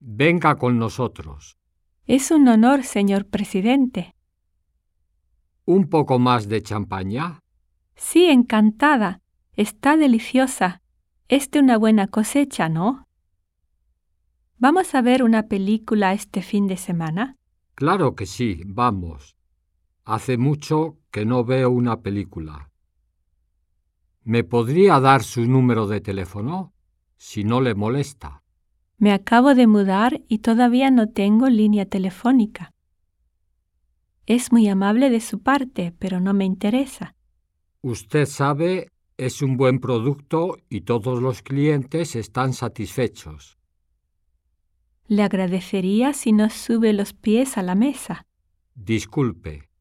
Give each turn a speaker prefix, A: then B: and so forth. A: Venga con nosotros.
B: Es un honor, señor presidente.
A: ¿Un poco más de champaña?
B: Sí, encantada. Está deliciosa. Es de una buena cosecha, ¿no? ¿Vamos a ver una película este fin de semana?
A: Claro que sí, vamos. Hace mucho que no veo una película. ¿Me podría dar su número de teléfono? Si no le molesta.
B: Me acabo de mudar y todavía no tengo línea telefónica. Es muy amable de su parte, pero no me interesa.
A: Usted sabe, es un buen producto y todos los clientes están satisfechos.
B: Le agradecería si no sube los pies a la mesa.
A: Disculpe,